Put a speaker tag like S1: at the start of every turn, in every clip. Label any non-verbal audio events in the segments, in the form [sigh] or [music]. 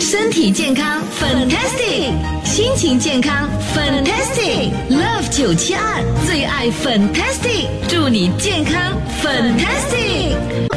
S1: 身体健康，fantastic；心情健康，fantastic。Love 九七二最爱 fantastic，祝你健康，fantastic。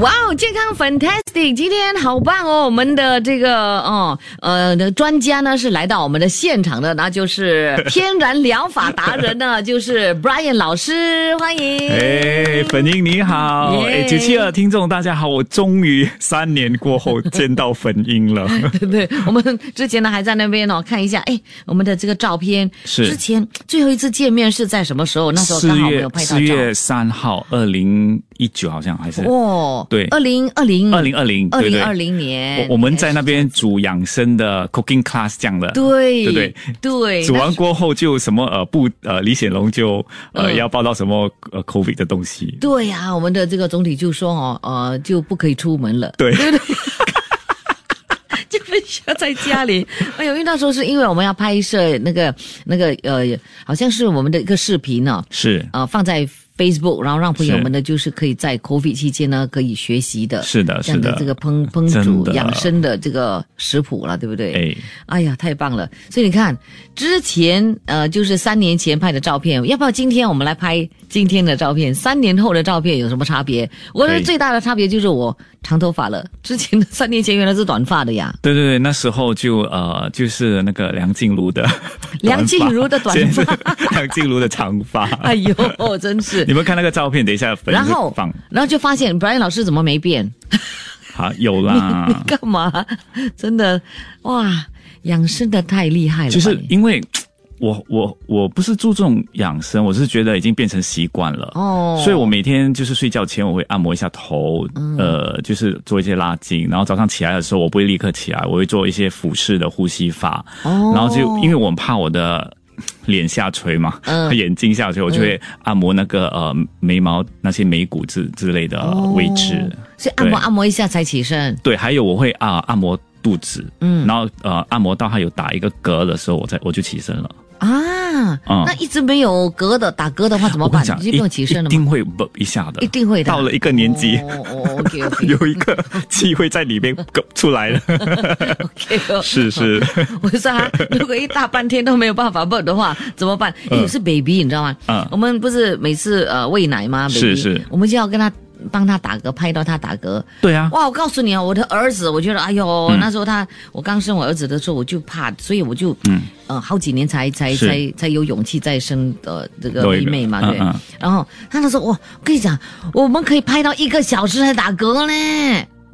S2: 哇哦，健康 fantastic！今天好棒哦，我们的这个哦呃的专家呢是来到我们的现场的，那就是天然疗法达人呢，就是 Brian 老师，欢迎。
S3: [laughs] 哎，粉英你好，哎九七二听众大家好，我终于三年过后见到粉英了。
S2: 对对，我们之前呢还在那边哦看一下，哎，我们的这个照片
S3: 是
S2: 之前最后一次见面是在什么时 [laughs] 候？那时候
S3: 四
S2: 刚好没
S3: 月
S2: 有拍到照。
S3: 四月三号，二零一九好像还是
S2: 哦，
S3: 对
S2: 二零二零
S3: 二零二零
S2: 二
S3: 对对
S2: 零二零年
S3: 我我们在那边煮养生的 cooking class 这样的，
S2: 对
S3: 对对
S2: 对
S3: 煮完过后就什么呃不呃李显龙就
S2: 嗯
S3: 呃、要报道什么呃 COVID 的东西，
S2: 对呀、我们的这个总理就说哦，呃，就不可以出门了，
S3: 对
S2: 对不对？ [laughs] 就必须要在家里。哎呦，因为那时候是因为我们要拍摄那个那个呃，好像是我们的一个视频呢、
S3: 是
S2: 呃，放在 Facebook，然后让朋友
S3: 是
S2: 们呢，就是可以在 COVID 期间呢，可以学习的，
S3: 是的
S2: 这样
S3: 是的
S2: 这个烹烹
S3: 真
S2: 煮
S3: 的
S2: 养生的这个食谱了，对不对？
S3: 哎，
S2: 哎呀，太棒了！所以你看，之前呃，就是三年前拍的照片，要不要今天我们来拍今天的照片？三年后的照片有什么差别？我觉
S3: 可
S2: 得
S3: 以
S2: 最大的差别就是我长头发了，之前的三年前原来是短发的
S3: [laughs]
S2: 呀。
S3: 对对对，那时候就呃就是那个梁静茹的
S2: [laughs] 梁静茹的短
S3: [laughs]
S2: 发
S3: 短发，现在是梁静茹的长发，
S2: [laughs] 哎呦，真是
S3: 你。们看那个照片，等一下粉
S2: 然后
S3: 放，
S2: 然后就发现 Brian 老师怎么没变？
S3: 好有
S2: 你
S3: 啦，
S2: [laughs] 干嘛？真的，哇，养生的太厉害了吧你。
S3: 就是因为我我我不是注重养生，我是觉得已经变成习惯了。
S2: 哦
S3: 所以我每天就是睡觉前我会按摩一下头，
S2: 嗯
S3: 呃，就是做一些拉筋，然后早上起来的时候我不会立刻起来，我会做一些腹式的呼吸法，
S2: 哦
S3: 然后就因为我很怕我的。脸下垂嘛，
S2: 嗯
S3: 眼睛下垂，我就会按摩那个、呃眉毛那些眉骨之之类的呃位置。
S2: 哦所以按摩
S3: 对
S2: 按摩一下才起身。
S3: 对，还有我会啊、按摩肚子，
S2: 嗯
S3: 然后呃按摩到它有打一个嗝的时候，我再我就起身了。
S2: 啊，
S3: 嗯
S2: 那一直没有嗝的打嗝的话怎么
S3: 我跟
S2: 办？
S3: 你讲，
S2: 你就不用起身了
S3: 一一
S2: 吗？
S3: 定会啵一下的，
S2: 一定会的
S3: 到了一个年纪，
S2: 哦哦，OK OK，[laughs]
S3: [laughs] 有一个气会在里面啵出来了。是是，
S2: 哦 [laughs] 我说啊，如果一大半天都没有办法蹦的话，怎么办？因为我是 baby，你知道吗？
S3: 嗯
S2: 我们不是每次呃喂奶吗？
S3: 是
S2: baby，
S3: 是
S2: 我们就要跟他。帮他打嗝，拍到他打嗝。
S3: 对啊
S2: 哇！我告诉你啊，我的儿子，我觉得，哎呦，
S3: 嗯
S2: 那时候他，我刚生我儿子的时候，我就怕，所以我就，嗯，呃，好几年才才
S3: 是
S2: 才才有勇气再生呃这个
S3: 多一
S2: 妹
S3: 个
S2: 妹嘛，
S3: 嗯
S2: 对。
S3: 嗯
S2: 然后他那时候，我我跟你讲，我们可以拍到一个小时才打嗝呢。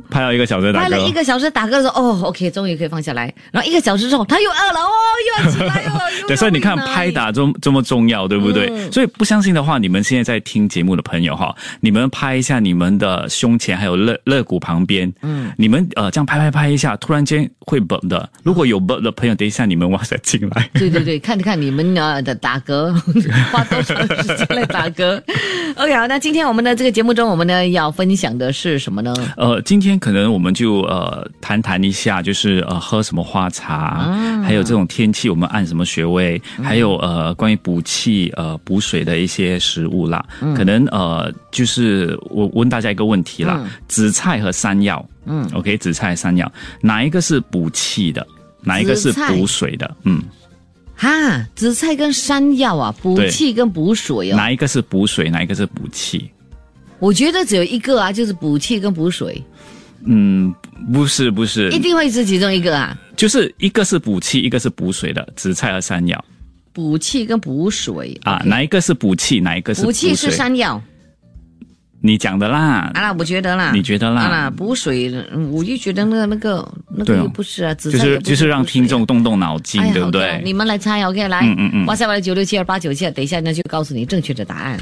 S3: 拍到一个小时的打
S2: 拍了一
S3: 嗝。
S2: 个小时打嗝的时候，哦，OK，终于可以放下来。然后一个小时之后，他又饿了，哦，又要起来哦，又要
S3: 对，所以你看
S2: 喂奶
S3: 拍。打这么这么重要，对不对？所以不相信的话，你们现在在听节目的朋友哈，你们拍一下你们的胸前还有肋肋骨旁边，嗯，你们呃这样拍拍拍一下，突然间会蹦的。如果有蹦的朋友，等一下你们哇塞进来。
S2: 对对对，看看你们呃的打嗝 [laughs] 花多长时间来打嗝。OK，好，那今天我们的这个节目中，我们呢要分享的是什么呢？
S3: 呃，今天可能我们就呃谈谈一下，就是呃喝什么花茶，
S2: 啊
S3: 还有这种天气我们按什么穴位，
S2: 嗯
S3: 还有呃关于补气呃补水的一些食物啦。
S2: 嗯
S3: 可能呃就是我问大家一个问题
S2: 嗯
S3: 啦，紫菜和山药，嗯，OK，紫菜山药哪一个是补气的，哪一个是
S2: 紫菜
S3: 补水的？嗯，
S2: 哈，紫菜跟山药啊，补
S3: 对
S2: 气跟补水哦。
S3: 哪一个是补水，哪一个是补气？
S2: 我觉得只有一个啊，就是补气跟补水，
S3: 嗯，不是不是
S2: 一，定会是其中一个啊。
S3: 就是一个是补气，一个是补水的，紫菜和山药。
S2: 补气跟补水
S3: 啊，哪一个是补气，哪一个是
S2: 补气是
S3: 水？
S2: 山药。
S3: 你讲的啦。
S2: 啊啦，我觉得啦，
S3: 你觉得啦
S2: 啊啦，补水，嗯我就觉得那个那个那个
S3: 对哦
S2: 又不是啊，紫
S3: 就
S2: 菜
S3: 是
S2: 又不
S3: 就是让
S2: 补水
S3: 听众动动脑筋，
S2: 哎呀
S3: 对不
S2: 好的
S3: 对？
S2: 你们来猜，OK，来，
S3: 嗯嗯嗯
S2: 哇塞，我的九六七二八九七，等一下呢就告诉你正确的答案。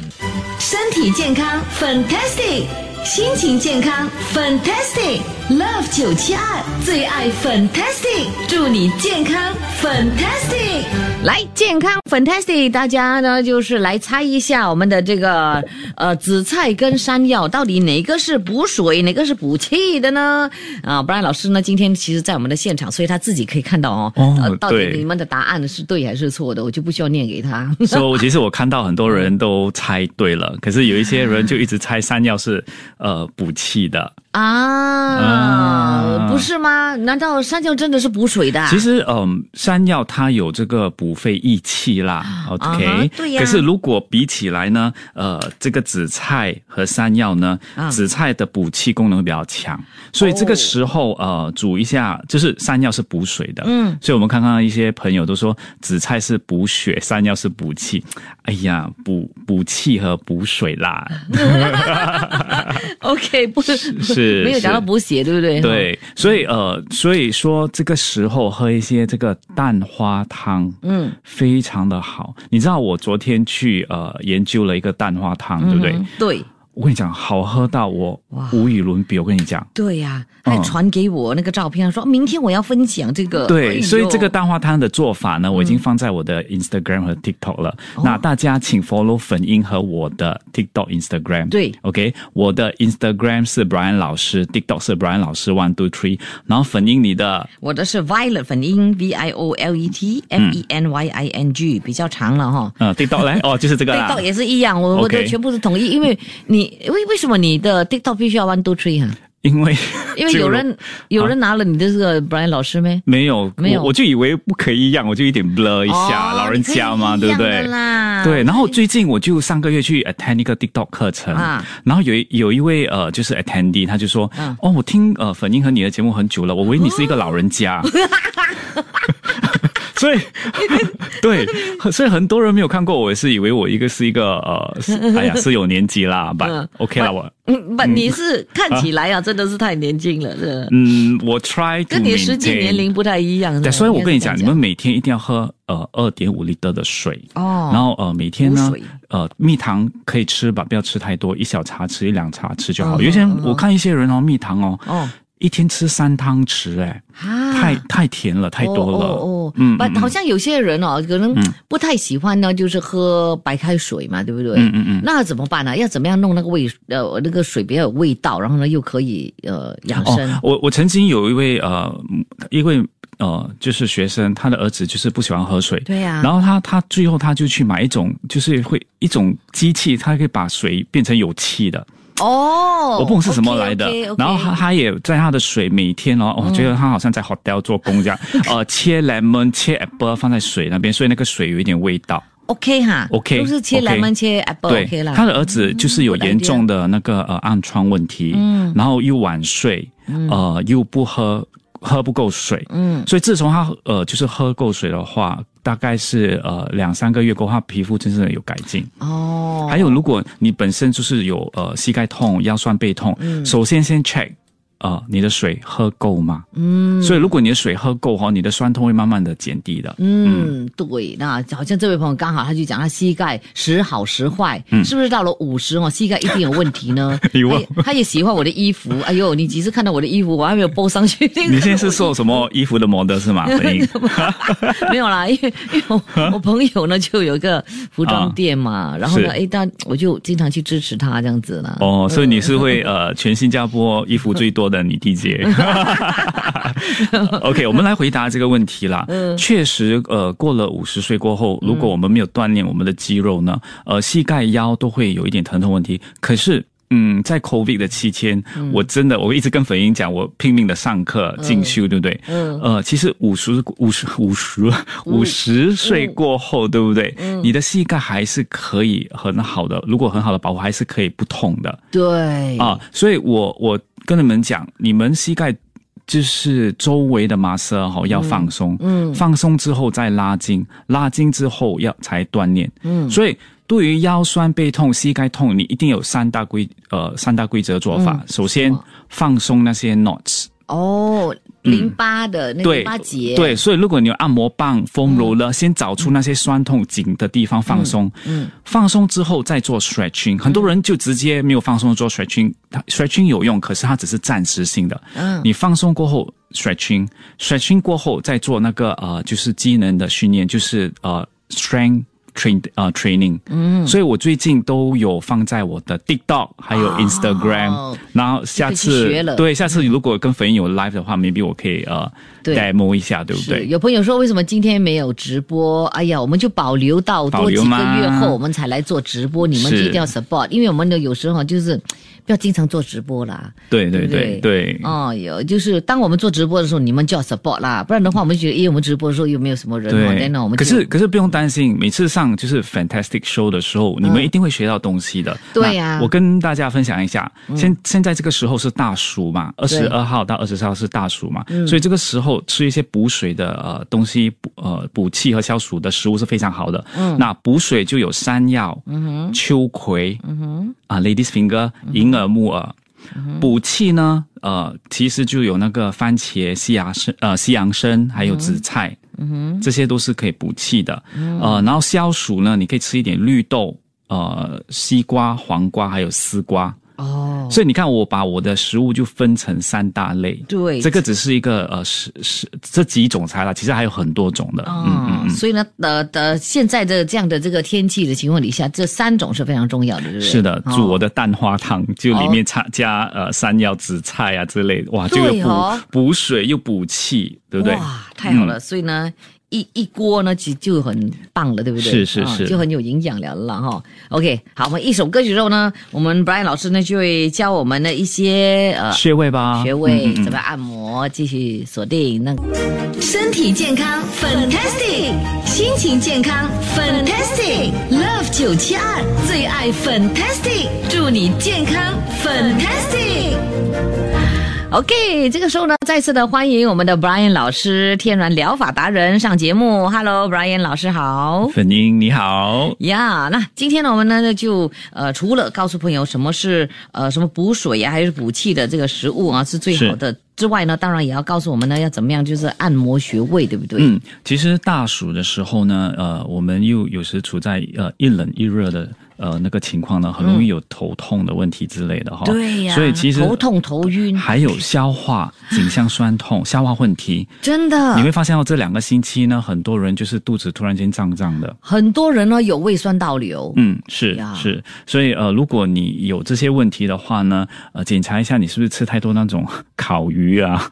S1: 身体健康，fantastic；心情健康，fantastic。 Love 九七二最爱 Fantastic，祝你健康 Fantastic。
S2: 来，健康 fantastic，大家呢就是来猜一下我们的这个呃紫菜跟山药到底哪个是补水，哪个是补气的呢？啊，Brian 老师呢今天其实在我们的现场，所以他自己可以看到哦，
S3: 哦
S2: 呃到底
S3: 对
S2: 你们的答案是对还是错的，我就不需要念给他。
S3: 所以其实我看到很多人都猜对了，可是有一些人就一直猜山药是呃补气的。
S2: 啊，
S3: 啊
S2: 不是吗？难道山药真的是补水的啊、
S3: 其实，嗯，山药它有这个补肺益气啦，OK、
S2: 啊哈对呀
S3: 可是如果比起来呢，呃，这个紫菜和山药呢，
S2: 啊
S3: 紫菜的补气功能会比较强，所以这个时候、呃，煮一下就是山药是补水的，嗯，所以我们看看一些朋友都说紫菜是补血，山药是补气，哎呀，补补气和补水啦，
S2: OK，不是不 [laughs]
S3: 是
S2: 没有讲到
S3: 是
S2: 补血，对不对？
S3: 对，所以呃，所以说这个时候喝一些这个蛋花汤，嗯，非常的好。你知道我昨天去呃研究了一个蛋花汤，对不对？
S2: 嗯对
S3: 我跟你讲，好喝到我无与伦比。我跟你讲，
S2: 对呀、还
S3: 嗯
S2: 传给我那个照片，说明天我要分享这个。哎
S3: 对，
S2: 呦嗯
S3: 所以这个蛋花汤的做法呢，我已经放在我的 Instagram 和 TikTok 了。
S2: 哦
S3: 那大家请 follow 粉英和我的 TikTok、Instagram。
S2: 对
S3: ，OK，我的 Instagram 是 Brian 老师，TikTok 是 Brian 老师 One Two Three，然后粉英你的。
S2: 我的是 violet 粉音 V I O L E T F E N Y I N G，、比较长了哈。
S3: 嗯，TikTok 来哦，就是这个
S2: 对
S3: 啦。
S2: [laughs] ，TikTok 也是一样，我我的
S3: OK
S2: 全部是统一，因为你为为什么你的 TikTok 必须要 one two three 哈？
S3: 因为
S2: [laughs] 因为
S3: 就
S2: 有人有人拿了你的这个 Brian 老师咩？
S3: 没有
S2: 没有
S3: 我，我就以为不可以一样，我就一点 blur 一
S2: 哦
S3: 下，老人家嘛，
S2: 你可以
S3: 对
S2: 一
S3: 不
S2: 样的
S3: 对？
S2: 啦
S3: 对，然后最近我就上个月去 attend 一个 TikTok 课程，
S2: 啊
S3: 然后有一有一位呃，就是 attendee，他就说，
S2: 嗯
S3: 哦，我听呃粉英和你的节目很久了，我以为你是一个老
S2: [laughs]
S3: 人家，所以 [laughs] 对，所以很多人没有看过我，也是以为我一个是一个呃，是哎呀是有年纪啦，吧、
S2: 嗯
S3: OK 啦，我
S2: 嗯，不，你是看起来啊，真的是太年轻了，这
S3: 嗯，我 try to
S2: 跟你的实际
S3: maintain
S2: 年龄不太一样。
S3: 对，
S2: 是吧
S3: 所以我跟你讲，你
S2: 嗯应该
S3: 们
S2: 是
S3: 每天一定要喝呃二点五 l 的水，
S2: 这样哦，
S3: 然后呃每天
S2: 补
S3: 呢
S2: 水
S3: 呃蜜糖可以吃吧，不要吃太多，一小茶匙一两茶匙就好。
S2: 嗯
S3: 有些人、
S2: 嗯
S3: 我看一些人哦蜜糖哦，
S2: 哦
S3: 一天吃三汤匙哎，
S2: 啊
S3: 太太甜了，太多了。
S2: 哦哦哦，
S3: 嗯
S2: 嗯，
S3: 嗯
S2: 好像有些人哦，可能
S3: 嗯
S2: 不太喜欢呢，就是喝白开水嘛，对不对？
S3: 嗯嗯嗯
S2: 那怎么办呢？要怎么样弄那个味呃那个水比较有味道，然后呢又可以呃养生？
S3: 哦，我我曾经有一位呃一位呃就是学生，他的儿子就是不喜欢喝水，
S2: 对啊呀
S3: 然后他他最后他就去买一种就是会一种机器，它可以把水变成有气的。
S2: 哦，
S3: 我不懂是什么来的。
S2: OK，OK，OK
S3: 然后他他也在他的水每天哦，
S2: 嗯
S3: 我觉得他好像在 hotel 做工这
S2: [laughs]
S3: 样，呃，切 lemon 切 apple 放在水那边，所以那个水有一点味道。
S2: OK 哈
S3: OK，
S2: 都是切
S3: OK
S2: 莱 e 切 apple
S3: 对
S2: OK 啦。嗯
S3: 他的儿子就是有严重的那个呃暗疮问题，嗯，然后又晚睡，
S2: 嗯
S3: 呃，又不喝喝不够水，嗯，所以自从他呃就是喝够水的话，大概是呃两三个月过后，他皮肤真正的有改进。
S2: 哦，
S3: 还有，如果你本身就是有呃膝盖痛、腰酸背痛，
S2: 嗯
S3: 首先先 check。呃，你的水喝够吗？嗯，所以如果你的水喝够哈，你的酸痛会慢慢的减低的。
S2: 嗯，对，那好像这位朋友刚好他就讲他膝盖时好时坏，
S3: 嗯
S2: 是不是到了五十哦，膝盖一定有问题呢？
S3: [laughs] 你问
S2: 他也他也喜欢我的衣服，哎呦，你几次看到我的衣服，我还没有包上去。
S3: 你现在是受什么衣服的磨的是吗？本英
S2: [laughs] 没有啦，因为因为我我朋友呢就有一个服装店嘛，然后呢，
S3: 啊是
S2: 哎，但我就经常去支持他这样子啦。
S3: 哦，所以你是会呃，全新加坡衣服最多的女 DJ。OK，我们来回答这个问题啦。确实，呃，过了五十岁过后，如果我们没有锻炼我们的肌肉呢，呃，膝盖、腰都会有一点疼痛问题。可是。嗯，在 COVID 的期间，我真的我一直跟粉英讲，我拼命的上课进修，对不对？
S2: 嗯
S3: 呃，其实五十五十五十五十岁过后，对不对？你的膝盖还是可以很好的，如果很好的保护，还是可以不痛的。
S2: 对，
S3: 啊，所以我我跟你们讲，你们膝盖就是周围的麻丝哈要放松，嗯，放松之后再拉筋，拉筋之后要才锻炼，嗯，所以。对于腰酸背痛、膝盖痛，你一定有三嗯大规呃三大规则做法。首先，放松那些 knots，
S2: 哦，淋巴的那个
S3: 对
S2: 淋巴结，
S3: 对，所以如果你有按摩棒、风揉了，先找出那些酸痛紧的地方放松，
S2: 嗯
S3: 放松之后再做 stretching。很多人就直接没有放松做 stretching，它 stretching 有用，可是它只是暂时性的。
S2: 嗯
S3: 你放松过后 stretching，stretching 过后再做那个呃，就是机能的训练，就是呃 strength。train 呃 training，嗯，所以我最近都有放在我的 TikTok 还有 Instagram，、
S2: 哦
S3: 然后下
S2: 就
S3: 次
S2: 可以去学了
S3: 对下次如果跟粉影有 live 的话，maybe 我可以呃
S2: 对
S3: demo 一下，对不
S2: 是，
S3: 对？
S2: 有朋友说为什么今天没有直播？哎呀，我们就保留到
S3: 保
S2: 多几
S3: 留
S2: 个
S3: 吗
S2: 月后我们才来做直播，你们就是一定要 support，因为我们的有时候就是不要经常做直播啦。
S3: 对对
S2: 对
S3: 对
S2: 不
S3: 对，
S2: 哦，有就是当我们做直播的时候，你们就要 support 啦，不然的话我们觉得，哎，我们直播的时候又没有什么人哦，
S3: 对
S2: 那我们
S3: 可
S2: 就是
S3: 可是不用担心，每次上就是 Fantastic Show 的时候，你们一定会学到东西的。
S2: 嗯对呀嗯
S3: 那我跟大家分享一下，现现在这个时候是大暑嘛，二
S2: 对嗯
S3: 十二号到二十三号是大暑嘛，所以这个时候吃一些补水的呃东西，补呃补气和消暑的食物是非常好的。嗯，那补水就有山药、嗯、秋葵、嗯、啊 Ladies Finger、银耳、木耳。
S2: 嗯
S3: 补气呢，呃，其实就有那个番茄、西洋参、呃西洋参，还有紫菜，这些都是可以补气的。
S2: 嗯
S3: 呃，然后消暑呢，你可以吃一点绿豆、呃西瓜、黄瓜还有丝瓜。
S2: 哦，
S3: 所以你看，我把我的食物就分成三大类。
S2: 对
S3: 这个只是一个呃是是这几种菜啦，其实还有很多种的。嗯嗯
S2: 哦，所以呢，呃呃，现在的这样的这个天气的情况底下，这三种是非常重要的，对不对？
S3: 是的，
S2: 哦
S3: 煮我的蛋花汤，就里面加加呃山药、紫菜啊之类的，哇，就
S2: 对
S3: 有补、
S2: 哦
S3: 补水又补气，对不嗯对？
S2: 哇，太好了！所以呢，一一锅呢就就很棒了，对不对？
S3: 是是
S2: 啊
S3: 是
S2: 就很有营养了了哈。OK，好，我们一首歌曲之后呢，我们 Brian 老师呢就会教我们的一些呃
S3: 穴位吧，
S2: 穴位
S3: 嗯嗯嗯
S2: 怎么按摩，继续锁定那
S1: 身体健康 fantastic，心情健康 fantastic。Love 九七二最爱 fantastic，祝你健康 fantastic。
S2: OK，这个时候呢，再次的欢迎我们的 Brian 老师，天然疗法达人上节目。Hello，Brian 老师好。
S3: 粉英你好，
S2: 呀那今天呢，我们呢就呃，除了告诉朋友什么是呃什么补水呀、还是补气的这个食物啊是最好的之外呢，当然也要告诉我们呢要怎么样，就是按摩穴位，对不对？
S3: 嗯，其实大暑的时候呢，呃，我们又有时处在呃一冷一热的呃那个情况呢，很容易有头痛的问题之类的哈。
S2: 对呀、
S3: 哦所以其实
S2: 头痛头晕，
S3: 还有消化、颈项
S2: [laughs]
S3: 酸痛、消化问题，
S2: 真的
S3: 你会发现到这两个星期呢，很多人就是肚子突然间胀胀的。
S2: 很多人呢有胃酸倒流。
S3: 嗯，是
S2: 呀
S3: 是，所以呃，如果你有这些问题的话呢，呃，检查一下你是不是吃太多那种 [laughs] 烤鱼啊，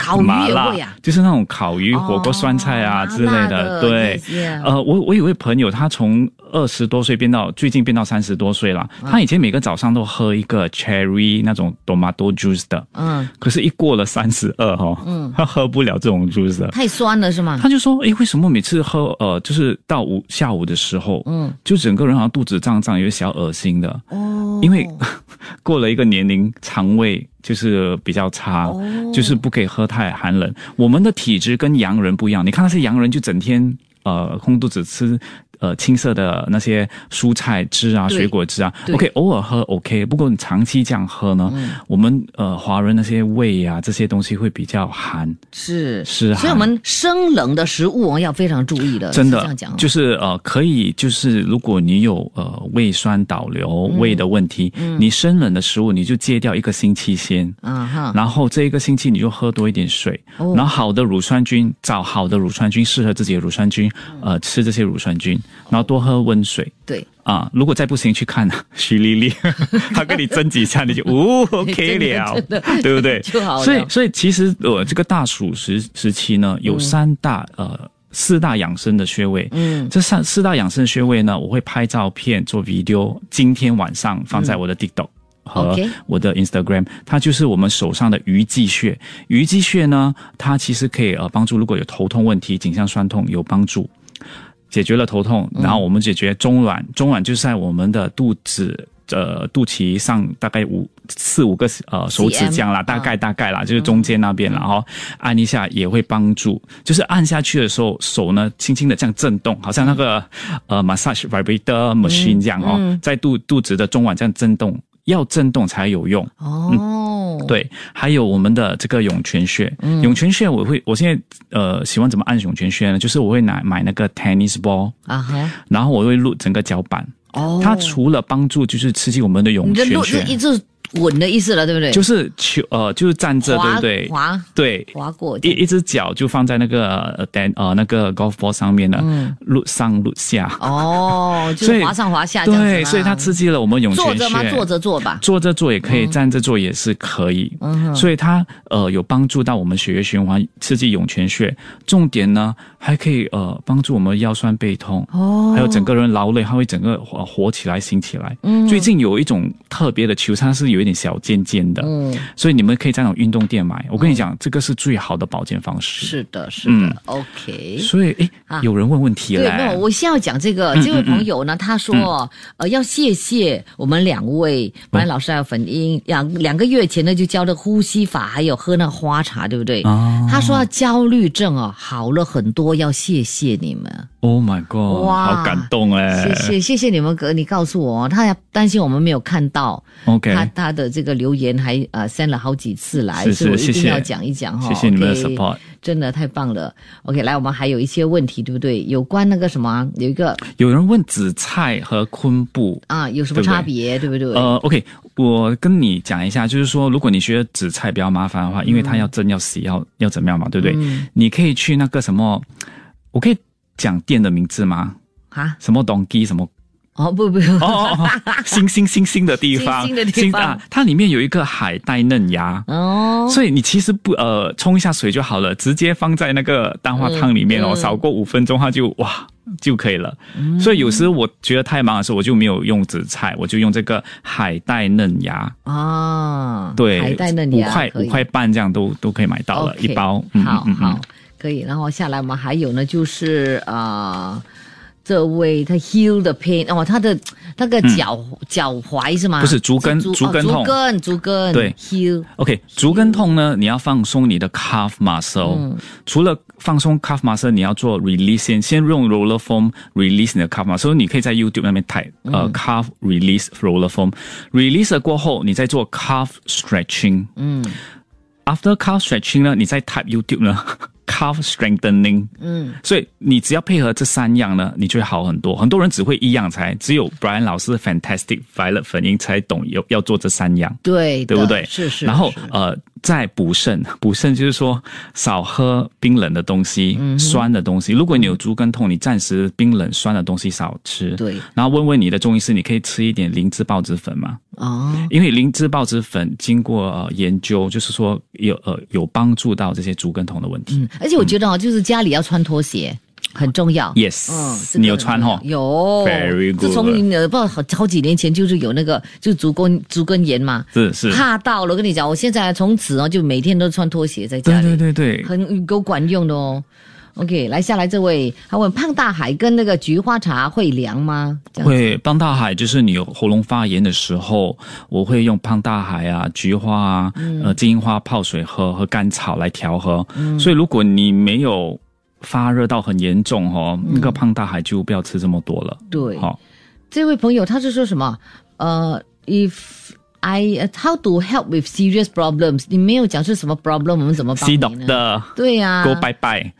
S2: 烤鱼
S3: 麻
S2: 也
S3: 辣
S2: 会啊，
S3: 就是那种烤鱼、火
S2: 哦
S3: 锅、酸菜啊之类
S2: 麻辣的
S3: 的。对
S2: 这些，
S3: 呃，我我有位朋友，他从二十多岁变到最近变到三十多岁了，他以前每个早上都喝一个 cherry 那种 tomato juice 的，
S2: 嗯，
S3: 可是，一过了三十二哈，他喝不了这种 juice 的。
S2: 太酸了是吗？
S3: 他就说：“诶，为什么每次喝呃，就是到午下午的时候，
S2: 嗯
S3: 就整个人好像肚子胀胀，有点小恶心的。
S2: 哦
S3: 因为 [laughs] 过了一个年龄，肠胃就是比较差，
S2: 哦
S3: 就是不可以喝太寒冷。我们的体质跟洋人不一样，你看那些洋人就整天呃空肚子吃。呃，青色的那些蔬菜汁啊，
S2: 对
S3: 水果汁啊
S2: 对嗯
S3: ，OK，偶尔喝 OK，不过你长期这样喝呢，我们呃华人那些胃啊这些东西会比较寒，
S2: 是
S3: 是啊
S2: 所以我们生冷的食物啊要非常注意的，
S3: 真
S2: 是这
S3: 的
S2: 样讲哦
S3: 就是呃，可以就是如果你有呃胃酸倒流、
S2: 嗯
S3: 胃的问题，你生冷的食物你就戒掉一个星期先。
S2: 啊哈，
S3: 然后这一个星期你就喝多一点水，
S2: 哦
S3: 然后好的乳酸菌找好的乳酸菌，适合自己的乳酸菌，
S2: 嗯
S3: 呃，吃这些乳酸菌，然后多喝温水
S2: 对。
S3: 啊。如果再不行，去看徐丽 [laughs] 丽，她跟你争几下，你就哦
S2: [laughs]
S3: OK 了
S2: 真的，
S3: [laughs] 对不对？
S2: 就好了
S3: 所以，所以其实呃，这个大暑时时期呢，有三大、呃四大养生的穴位，
S2: 嗯，
S3: 这三四大养生穴位呢，我会拍照片做 video，今天晚上放在我的 TikTok。和
S2: 嗯 OK
S3: 我的 Instagram，它就是我们手上的鱼际穴。鱼际穴呢，它其实可以呃帮助，如果有头痛问题、颈项酸痛有帮助，解决了头痛，然后我们解决中脘，中脘就是在我们的肚子。呃，肚脐上大概五四五个呃手指
S2: CM
S3: 这样啦，大概大概啦，就是中间那边啦，然后按一下也会帮助。就是按下去的时候，手呢轻轻的这样震动，好像那个呃 massage vibrator machine 这样哦，在肚肚子的中脘这样震动。要震动才有用。
S2: 哦，，
S3: 嗯对，还有我们的这个涌泉穴，
S2: 嗯
S3: 涌泉穴我会，我现在呃喜欢怎么按涌泉穴呢？就是我会拿买那个 tennis ball，
S2: 啊哈，
S3: 然后我会撸整个脚板。
S2: 哦，
S3: 它除了帮助就是刺激我们的涌
S2: 你的
S3: 泉
S2: 路是一
S3: 穴，
S2: 直滚的意思了，对不对？
S3: 就是球呃就是站着对
S2: 滑
S3: 不对？
S2: 滑
S3: 对，
S2: 滑过
S3: 一
S2: 去。
S3: 一只脚就放在那个呃单呃那个 golf ball 上面的，撸上撸下，
S2: 嗯哦，就
S3: 所以
S2: 是滑上滑下这样子
S3: 对，
S2: 啦
S3: 所以它刺激了我们涌泉
S2: 坐
S3: 穴。
S2: 着吗？坐着坐吧。
S3: 坐着做也可
S2: 嗯
S3: 以，站着做也是可以。所以它呃有帮助到我们血液循环，刺激涌泉穴。重点呢，还可以呃帮助我们腰酸背痛，
S2: 哦
S3: 还有整个人劳累，它会整个呃活起来、醒起来。
S2: 嗯
S3: 最近有一种特别的球，它是有一点小尖尖的，
S2: 嗯，
S3: 所以你们可以在那种运动店买。我跟你讲，这个是最好的保健方式。。
S2: 是的，是
S3: 嗯
S2: 的，OK。
S3: 所以，诶，
S2: 啊
S3: 有人问问题
S2: 对，
S3: 了。
S2: 没有，我先要讲这
S3: 嗯
S2: 个。这位朋友呢，他说，呃，要谢谢我们两位，本来老师还有粉英，两两个月前呢就教的呼吸法，还有喝那花茶，对不对？
S3: 啊
S2: 他说他焦虑症哦好了很多，要谢谢你们，
S3: ，Oh my God，
S2: 哇
S3: 好感动哎。
S2: 谢谢谢谢你们哥，你告诉我哦，他担心我们没有看到
S3: OK，
S2: 他他的这个留言还呃 send 了好几次来，
S3: 是是
S2: 所以我一
S3: 谢
S2: 定
S3: 谢
S2: 要讲一讲哈。
S3: 谢谢你们的
S2: 哦 OK
S3: support。
S2: 真的太棒了。OK，来，我们还有一些问题，对不对？有关那个什么啊，有一个
S3: 有人问紫菜和昆布。
S2: 啊，有什么
S3: 对不对
S2: 差别，对不对？
S3: 呃，OK，我跟你讲一下，就是说，如果你学紫菜比较麻烦的话，因为它要蒸、要洗、要要怎么样嘛，对不对？
S2: 嗯
S3: 你可以去那个什么，我可以讲店的名字吗？
S2: 啊，
S3: 什么 Donkey 什么？
S2: 哦不不，
S3: 哦 [laughs] 哦哦，新新新新的地方，
S2: 新新的地方
S3: 啊，它里面有一个海带嫩芽。
S2: 哦，
S3: 所以你其实不呃冲一下水就好了，直接放在那个蛋花汤里面哦，
S2: 嗯嗯嗯
S3: 少过五分钟它就哇就可以了。所以有时我觉得太忙的时候，我就没有用紫菜，我就用这个海带嫩芽，
S2: 啊，
S3: 对，
S2: 海带嫩
S3: 五
S2: 芽
S3: 块
S2: 可
S3: 五
S2: 以
S3: 块半这样都都可以买到了
S2: OK，
S3: 一包。嗯
S2: 好好，可以。然后下来我们还有呢，就是啊。这位他 heal the pain 哦，他的那个脚、脚踝是吗？
S3: 嗯不是足跟
S2: 足
S3: 足跟
S2: 哦
S3: 痛
S2: 足跟足跟
S3: 对
S2: heal
S3: OK，足跟痛呢，你要放松你的 calf muscle。除了放松 calf muscle，你要做 release，先先用 roller foam release 你的 calf muscle。你可以在 YouTube 那边 type 呃、calf release roller foam，release 了过后，你再做 calf stretching。嗯，after calf stretching 呢，你再 type YouTube 呢 [laughs] calf strengthening。嗯，所以你只要配合这三样呢，你就会好很多。很多人只会一样才，只有 Brian 老师 Fantastic Violet 粉音才懂要要做这三样。
S2: 对的
S3: 对不对？
S2: 是是。
S3: 然后
S2: 是
S3: 呃，再补肾， [laughs] 补肾就是说少喝冰冷的东西、
S2: 嗯
S3: 酸的东西。如果你有足跟痛，你暂时冰冷酸的东西少吃。
S2: 对。
S3: 然后问问你的中医师，你可以吃一点灵芝孢子粉吗？
S2: 哦，
S3: 因为灵芝孢子粉经过、呃、研究，就是说有呃有帮助到这些足跟痛的问题。
S2: 而且我觉得哦，就是家里要穿拖鞋很重要。
S3: Yes，、
S2: 嗯这个
S3: 你有穿哦吼？
S2: 有
S3: Very good
S2: 自从你不知道好好几年前就是有那个就足跟足跟炎嘛，
S3: 是是。
S2: 怕到了。我跟你讲，我现在从此哦就每天都穿拖鞋在家
S3: 对
S2: 里，
S3: 对对对，
S2: 很够管用的哦。OK，来下来这位，他问胖大海跟那个菊花茶会凉吗？这样
S3: 会胖大海，就是你有喉咙发炎的时候，我会用胖大海啊、菊花啊、
S2: 嗯
S3: 呃金银花泡水喝和甘草来调和。所以如果你没有发热到很严重哦，那个胖大海就不要吃这么多了。
S2: 嗯对，
S3: 好、
S2: 这位朋友他是说什么？呃，if I how to help with serious problems？你没有讲是什么 problem，我们怎么帮
S3: c
S2: 你
S3: doctor
S2: 呢？啊对呀、
S3: go 拜拜。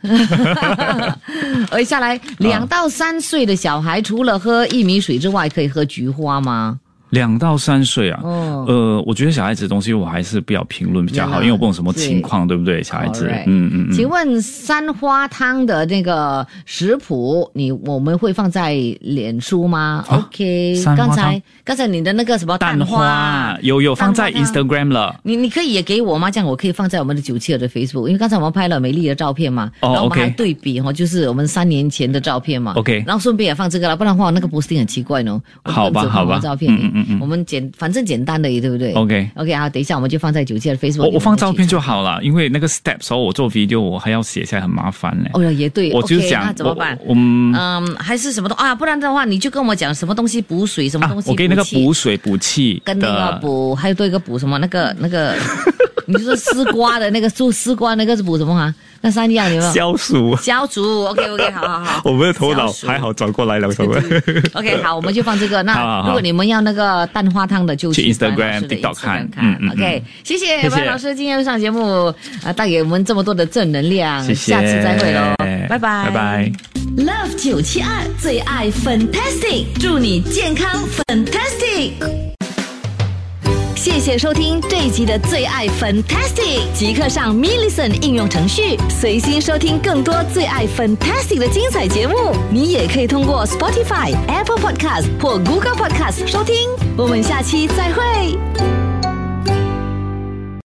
S2: 而下来，两到三岁的小孩除了喝薏米水之外，可以喝菊花吗？
S3: 两到三岁啊，
S2: 哦
S3: 呃，我觉得小孩子的东西我还是不要评论比较
S2: 对
S3: 好，
S2: 啦
S3: 因为我不懂什么情况，对不对？小孩子
S2: Correct，
S3: 嗯嗯
S2: 请
S3: 嗯，
S2: 问三花汤的那个食谱，你我们会放在脸书吗、
S3: 啊
S2: o k
S3: 三
S2: 刚
S3: 花汤
S2: 才刚才你的那个什么
S3: 蛋
S2: 花
S3: 花。有有放在
S2: 蛋花汤
S3: Instagram 了。
S2: 你你可以也给我吗？这样我可以放在我们的九七二的 Facebook，因为刚才我们拍了美丽的照片嘛，
S3: 哦
S2: 然后我们
S3: OK
S2: 还对比哈，就是我们三年前的照片嘛
S3: OK
S2: 然后顺便也放这个了，不然的话那个 posting 很奇怪呢。我
S3: 好
S2: 不能
S3: 吧
S2: 只放
S3: 好吧
S2: 我照片，
S3: 嗯嗯嗯嗯
S2: 我们简反正简单的也对不对
S3: OK
S2: OK 好，等一下我们就放在九七二的 Facebook，
S3: 我我放
S2: 给你
S3: 照
S2: 们
S3: 片就好了，因为那个 step 时候我做 video 我还要写下来，很麻烦嘞。
S2: 去。哦，也对，
S3: 我就是
S2: OK，
S3: 讲
S2: 那怎么办？
S3: 我我嗯
S2: 嗯，还是什么东啊？不然的话，你就跟我讲什么东西补水，什么
S3: 啊
S2: 东，西
S3: 我给那个
S2: 气
S3: 补水补气
S2: 跟那个
S3: 的，
S2: 补，还有多一个补什么那个那个 [laughs] 你就说丝瓜的那个做丝瓜那个是补什么啊？那三样有没有？
S3: 消暑。
S2: 消暑，OK OK，好好好。
S3: [laughs] 我们的头脑
S2: 消暑
S3: 还好转过来了，稍微
S2: OK，好，我们就放这个。
S3: 好好
S2: 那
S3: 好
S2: 如果你们要那个蛋花汤的，就
S3: 去 Instagram
S2: 白老师的
S3: TikTok
S2: Instagram
S3: 看
S2: 看
S3: 嗯嗯嗯
S2: OK，谢谢
S3: 谢谢
S2: 白老师今天上节目，啊，带给我们这么多的正能量。
S3: [laughs] 谢谢，
S2: 下次再会喽，拜拜，
S3: 拜拜。
S1: Love 九七二最爱 Fantastic，祝你健康 Fantastic。谢谢收听这一集的最爱 Fantastic，即刻上 m i l l i c e n t 应用程序，随心收听更多最爱 Fantastic 的精彩节目。你也可以通过 Spotify、Apple Podcast 或 Google Podcast 收听。我们下期再会。